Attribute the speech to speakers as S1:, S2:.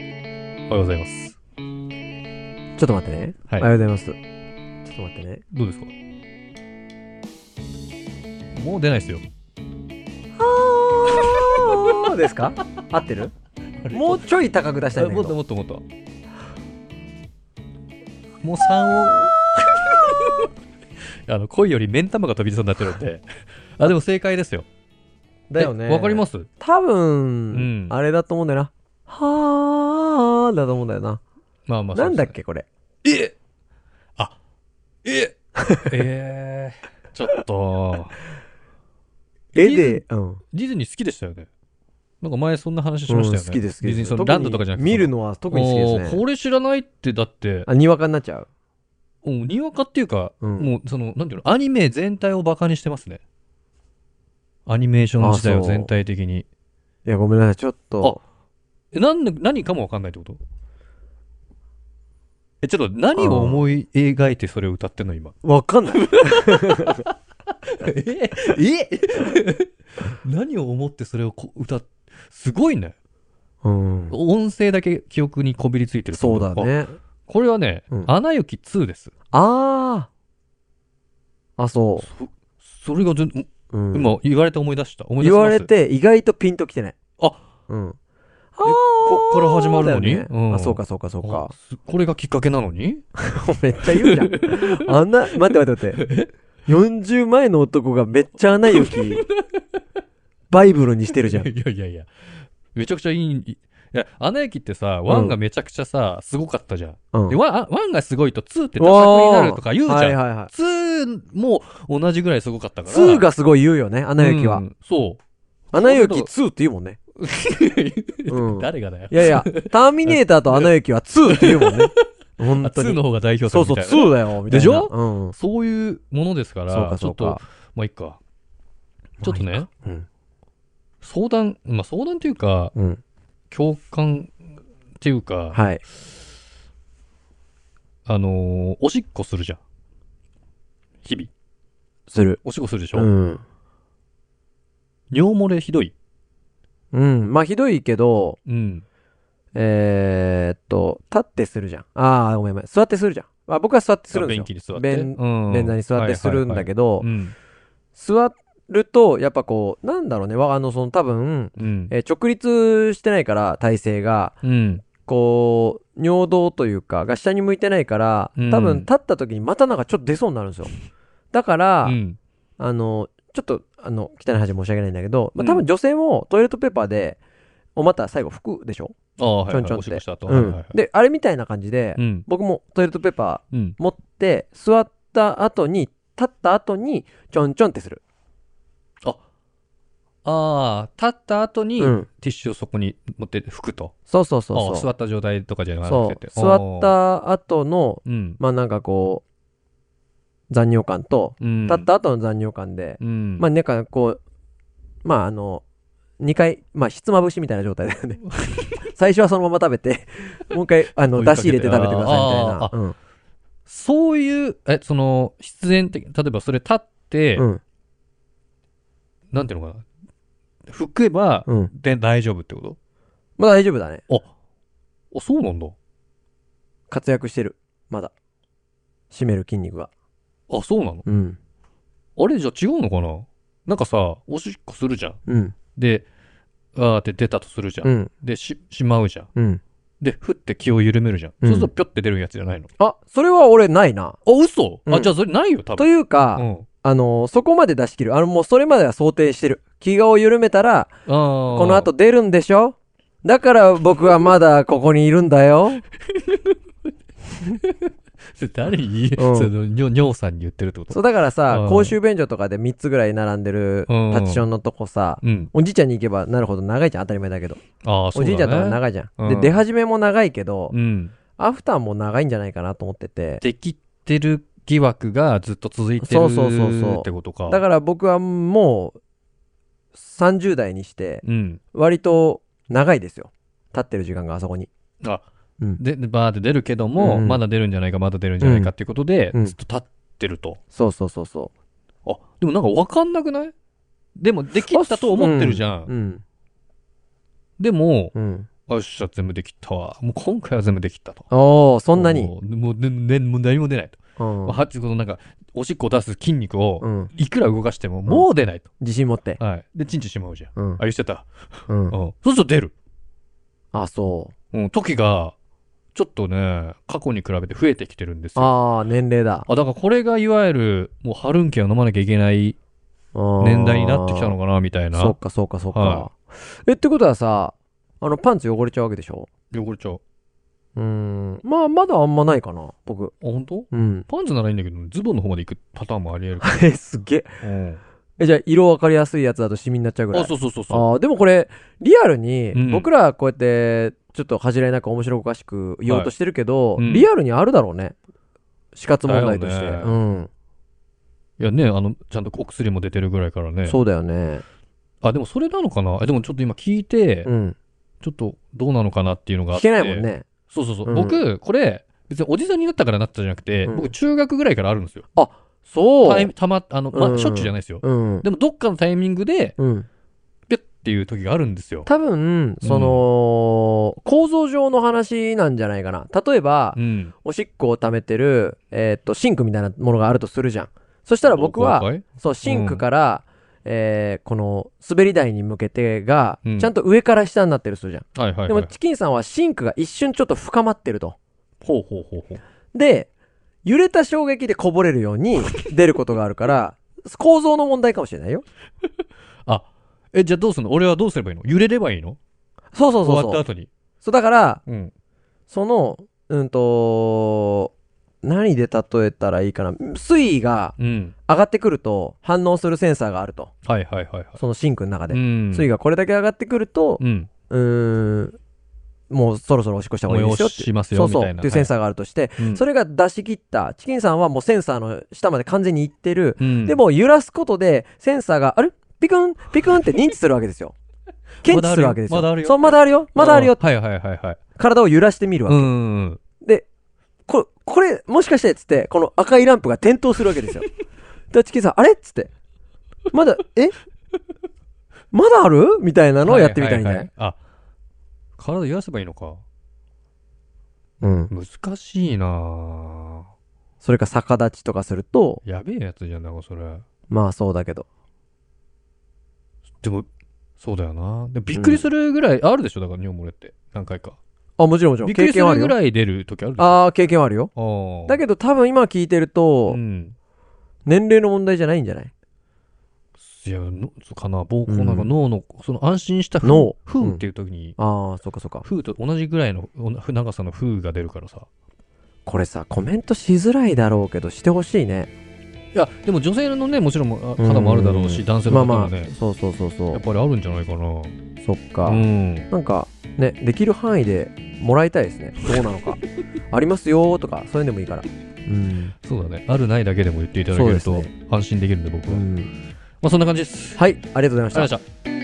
S1: おはようございます。
S2: ちょっと待ってね。
S1: はい
S2: おはようございます。ちょっと待ってね。
S1: どうですかもう出ないですよ。
S2: は ーですか合ってるもうちょい高く出したいん
S1: あ
S2: だ
S1: もっと
S2: けど。
S1: もっともっと。もう3を。 あの、恋より目ん玉が飛び出そうになってるんで。あ、でも正解ですよ。
S2: だよね。。
S1: えわかりますす
S2: 多
S1: ん
S2: 分、あれだと思うんだよな。はーだと思うんだよな。
S1: まあまあ。
S2: なんだっ
S1: け
S2: けこれ。
S1: えあ、 ええー、ちょっと。
S2: 絵で、うん。
S1: ディズニー好きでしたよね。なんか前そんな話し
S2: うん
S1: ま
S2: 好
S1: し
S2: き
S1: た
S2: で
S1: よね。
S2: す、好きです。
S1: ディズニーそのランドとかじゃなくて。
S2: 見るのは特に好きです
S1: おー
S2: ね。
S1: これ知らないって、だって、
S2: あ、にわかになっちゃう。
S1: うんにわかっていうか、
S2: うん
S1: もうその、なんていうの、アニメ全体をバカにしてますね。アニメーション自体
S2: あ
S1: を
S2: そう
S1: 全体的に。
S2: いや、ごめんなさい。ちょっと。
S1: えなんで、何かもわかんないってことえ、ちょっと何を思い描いてそれを歌ってんの今。
S2: わかんない。
S1: ええ 何を思ってそれをこ歌っ、すごいね。
S2: うん。
S1: 音声だけ記憶にこびりついてる。
S2: そうだね。
S1: あ。これはね、
S2: うん
S1: アナ雪2です。
S2: あー。あ、そ
S1: それが全、
S2: う。うん。
S1: 今言われて思い出した。思い出し
S2: 言
S1: ま
S2: わ
S1: す
S2: れて意外とピンときてない。
S1: あ、
S2: うん。あ
S1: こっから始まるのに
S2: だよね
S1: うん
S2: あ、そうかそうかそうか
S1: あ。すこれがきっかけなのに
S2: めっちゃ言うじ ゃん。あんな、待って待って待って。40前の男がめっちゃ穴行 き、バイブルにしてるじゃん。
S1: いやいやいや。めちゃくちゃいい。いや、アナ雪ってさ、ワンがめちゃくちゃさ、すごかったじゃん。
S2: うん。
S1: でワン、あワンがすごいとツーって多作になるとか言うじゃん。
S2: はいはいはい。
S1: ツーも同じぐらいすごかったから。
S2: 2がすごい言うよね、穴行き
S1: う
S2: は。
S1: んそ
S2: 穴行き2って言うも んね。う
S1: う。
S2: ん。
S1: 誰がだよ。
S2: いやいや、ターミネーターと穴行きは2って言うもん ね。
S1: あ
S2: 本
S1: ツ
S2: 当
S1: ー
S2: に
S1: の。方が代表す
S2: そ
S1: る
S2: う
S1: み
S2: そう、
S1: たいな。そう
S2: 2だよ、みたいな。
S1: でしょ
S2: うん。
S1: いうものですから、
S2: そうか
S1: ち
S2: そ
S1: ょっ
S2: う
S1: と、
S2: か。
S1: まあいいか。ちょっとね、
S2: うん。
S1: 相談、まあ相談というか、
S2: うん。
S1: 共感っていうか、
S2: はい。
S1: あのーおしっこするじゃん。日々。
S2: する。
S1: おしっこするでしょ、
S2: うん。
S1: 尿漏れひどい。
S2: うん。まあ、ひどいけど、
S1: うん。
S2: えーっと、立ってするじゃん。ああ、ごめんごめん。座ってするじゃん。まあ、僕は座ってするんです
S1: 便
S2: よ。
S1: 器に座って。
S2: 便
S1: うん
S2: 便座に座ってするんだけど、
S1: はいはいはいうん
S2: 座ると、やっぱこう、なんだろうね。わあの、その多分、
S1: うん。
S2: えー直立してないから、体勢が、
S1: うん。
S2: こう、尿道というか、が下に向いてないから
S1: うん、
S2: 多分立った時にまたなんかちょっと出そうになるんですよ。だから、
S1: うん。
S2: あの、ちょっと、あの、汚い話申し訳ないんだけど、ま
S1: う
S2: あ、
S1: ん
S2: 多分女性もトイレットペーパーで、おまた最後拭くでしょ、
S1: ああ、はい、はい。
S2: ちょんちょん
S1: おしっこした後。
S2: う
S1: はいはい
S2: ん
S1: はい。
S2: で、あれみたいな感じで、
S1: うん。
S2: 僕もトイレットペーパ
S1: うん。
S2: ー持って、座った後に、立った後に、ちょんちょんってする。
S1: ああ、立った後に、
S2: うん。
S1: ティッシュをそこに持って拭くと。
S2: そうそう
S1: あ
S2: そう
S1: あ
S2: そ
S1: 座
S2: う。
S1: った状態とかじゃな
S2: そ
S1: く
S2: う
S1: て。。
S2: 座
S1: あ
S2: っ
S1: あ。
S2: た後の、
S1: うん。
S2: まあなんかこう、残尿感と、
S1: うん。
S2: 立った後の残尿感で、
S1: うん。
S2: まあなんかこう、まああの、2回、まあひつまぶしみたいな状態だよ ね。最初はそのまま食べて、もう一回、あ
S1: 追
S2: の、
S1: いか
S2: 出
S1: け
S2: 汁
S1: て
S2: 入れて食べてくださいみたい
S1: あーあ
S2: な。うん。
S1: そういう、え、その、必然的、例えばそれ立って、
S2: うん。
S1: なんていうのかな。拭けば、
S2: うん。
S1: で、大丈夫ってこと
S2: まあ大丈夫だね。
S1: あ、そうなんだ。
S2: 活躍してる。まだ。締める筋肉が。
S1: あ、そうなの
S2: うん。
S1: あれじゃ違うのかななんかさ、おしっこするじゃん。
S2: うん。
S1: で、あーって出たとするじゃん。
S2: うん。
S1: で、し、しまうじゃん。
S2: うん。
S1: で、ふって気を緩めるじゃん。
S2: うん
S1: そうするとぴょって出るやつじゃないの。
S2: あ、それは俺ないな。
S1: あ、嘘、
S2: う
S1: あ、
S2: ん
S1: じゃあそれないよ、多
S2: と
S1: 分。
S2: いうか、
S1: うん。
S2: あのーそこまで出し切る。あの、もうそれまでは想定してる。気を緩めた
S1: あ
S2: ら、
S1: ー
S2: この後。出るんでしょだから僕はまだここにいるんだよ。
S1: それ誰に、
S2: うん
S1: その、尿尿さんに言ってるってこと
S2: そうだから
S1: う
S2: さ
S1: ん、
S2: 公衆便所とかで3つぐらい並んでる
S1: うん
S2: タッチションのとこさ、
S1: うん。
S2: おじいちゃんに行けばなるほど長いじゃん、当たり前だけど。
S1: ああ、そう
S2: お
S1: だ、ね。
S2: じいちゃんとか
S1: い。
S2: 長いじゃん。
S1: うん
S2: で、出始めも長いけど
S1: う、ん。
S2: アフターも長いんじゃないかなと思ってて。
S1: できてる疑惑がずっと続いてる
S2: そうそうそうそう
S1: ってことか。
S2: だ
S1: ら、
S2: から僕はもう、30代にして、
S1: うん。
S2: 割と長いですよ。立ってる時間があそこに。
S1: あ、
S2: うん。
S1: で、でバーって出るけども、
S2: うん
S1: まだ出るんじゃないか、まだ出るんじゃないかっていうことで、
S2: うん
S1: ずっと立ってると。
S2: そうそうそうそ
S1: あ、でもなんかわかんなくないでもできたと思ってるじゃん。
S2: う。うん。
S1: でも、
S2: うん。
S1: よっしゃ、全部できたわ。もう今回は全部できたと。
S2: おー、そんなに。
S1: もうもうねねもう何も出ないと。
S2: うん
S1: まあ、はちこのなんか、おしっこを出す筋肉を
S2: う、ん。
S1: いくら動かしても、もう出ないと。
S2: 自信持って。
S1: はい。で、チンチンしまうじゃん。
S2: うん
S1: あ、。言ってた。
S2: う
S1: う。
S2: ん
S1: ん。そうすると出る。
S2: あ、そ
S1: うん。時が、ちょっとね、過去に比べて増えてきてるんです
S2: う。
S1: よ。
S2: あー、年齢だ。
S1: あ、だからこれがいわゆる、もうハルンケを飲まなきゃいけない
S2: 年
S1: 年代になってきたの
S2: か
S1: かな、みたいな。
S2: そうか、そうか、そうか
S1: は。
S2: え、ってことはさ、あの、パンツ汚れちゃうわけでしょ
S1: 汚れちゃう。
S2: うーん。まあ、まだあんまないかな、僕。
S1: あ、本当？
S2: うん。
S1: パンツならいいんだけど、ズボンの方まで行くパターンもあり得るか
S2: え、すげえ。
S1: ら。うん。
S2: え、じゃあ、色分かりやすいやつだとシミになっちゃうぐらい。
S1: あ、そうそうそうそう。
S2: あーでもこれ、リアルに
S1: う、ん
S2: 僕らこうやって、ちょっと恥じらいなく面白おかしく言おうとしてるけど、
S1: はいうん
S2: リアルにあるだろうね。死活問題として。
S1: だよね
S2: うん。
S1: いやね、あの、ちゃんとお薬も出てるぐらいからね。
S2: そうだよね。
S1: あ、でもそれなのかなえでもちょっと今聞いて、
S2: うん。
S1: ちょっとどうなのかなっていうのがあ
S2: 聞
S1: って。
S2: けないもん。ね。
S1: そうそうそう。
S2: うん
S1: 僕、これ、別におじさんになったからなったじゃなくて、
S2: うん
S1: 僕中学ぐらいからあるんですよ。
S2: そ
S1: タイ
S2: う
S1: ム。たま、あの、まあ
S2: うん
S1: しょっちゅうじゃないですよ。
S2: うん。
S1: でもどっかのタイミングで、
S2: うん。
S1: ぴょっていう時があるんですよ。
S2: 多分、その、構造上の話なんじゃないかな。例えば、
S1: うん。
S2: おしっこを溜めてる、えーっと、シンクみたいなものがあるとするじゃん。そしたら僕は、
S1: お、おお
S2: そう、シンクから、えーこの、滑り台に向けてが、
S1: うん
S2: ちゃんと上から下になってるそうじゃん。
S1: はいはい、はい。
S2: でも、チキンさんはシンクが一瞬ちょっと深まってると。
S1: ほうほうほうほう。
S2: で、揺れた衝撃でこぼれるように出ることがあるから、 構造の問題かもしれないよ。
S1: え、じゃあどうすんの俺はどうすればいいの揺れればいいの
S2: そうそうそう
S1: 終わ
S2: そ
S1: っ
S2: う。
S1: た後に。
S2: そう、だから、
S1: うん。
S2: その、うんと、何で例えたらいいかな。水位が
S1: うん。
S2: 上がってくると反応するセンサーがあると。
S1: はいはいはいはい。
S2: そのシンクの中で。
S1: うん。
S2: 水位がこれだけ上がってくると、
S1: うん。
S2: うーん、もうそろそろおしっこした方がいいですよって
S1: 催
S2: いう。
S1: しますよ
S2: そうそう
S1: みたいな
S2: っていうセンサーがあるとして、
S1: うん
S2: それが出し切った、チキンさんはもうセンサーの下まで完全に行ってる。
S1: うん
S2: で、も揺らすことで、センサーが、あれピクンピクンって認知するわけです よ。検知するわけですよ。
S1: まだあるよ
S2: そう、まだあるよ。まだあるよ。
S1: はいはいはいはい。
S2: 体を揺らしてみるわ
S1: う
S2: け。
S1: ん。
S2: で、こ、これ、もしかしてっつって、この赤いランプが点灯するわ けですよ。で、チキンさん、あれっつって。まだ、えまだあるみたいなのをやってみたいんだ
S1: は
S2: よ
S1: ははあ、体揺らせばいいのか。
S2: うん。
S1: 難しいなぁ
S2: それか逆立ちとかすると、
S1: やべえやつじゃん、なんかそれ。
S2: まあそうだけど。
S1: でも、そうだよなでもびっくりするぐらい、あるでしょだから尿漏れって。何回か。
S2: あ、もちろんもちろん。
S1: びっく
S2: 経
S1: りす
S2: 験はあ
S1: る
S2: る
S1: ぐ
S2: よ。
S1: らい出る時あるでしょ
S2: ああ、経験はあるよ。
S1: あ
S2: だ
S1: け
S2: けど多分今聞いてると、
S1: うん。
S2: 年齢の問題じゃないんじゃない
S1: いや、のそうかな膀
S2: う
S1: 胱
S2: ん
S1: なんか脳の、その安心した
S2: 脳
S1: ふうっていう時に、
S2: ああ、そっかそっか。
S1: ふうと同じぐらいのおな長さのふうが出るからさ。
S2: これさ、コメントしづらいだろうけど、してほしいね。
S1: いや、でも女性のね、もちろんあ肌もあるだろうし、男性の方
S2: ま
S1: も
S2: あま
S1: ね
S2: あ、、そうそうそうそ
S1: やっ
S2: う。
S1: ぱりあるんじゃないかな
S2: そっか。
S1: うん。
S2: なんか、ね、できる範囲でもらいたいですね。どうなのか。ありますよーとか、そういうのでもいいから。うん。
S1: そうだね。あるないだけでも言っていただける
S2: そ
S1: と
S2: うで
S1: 安心できるんで僕
S2: う
S1: は。ま
S2: ん
S1: あそんな感じです。
S2: はい、ありがとうございまし
S1: ありがとうございま
S2: た
S1: した。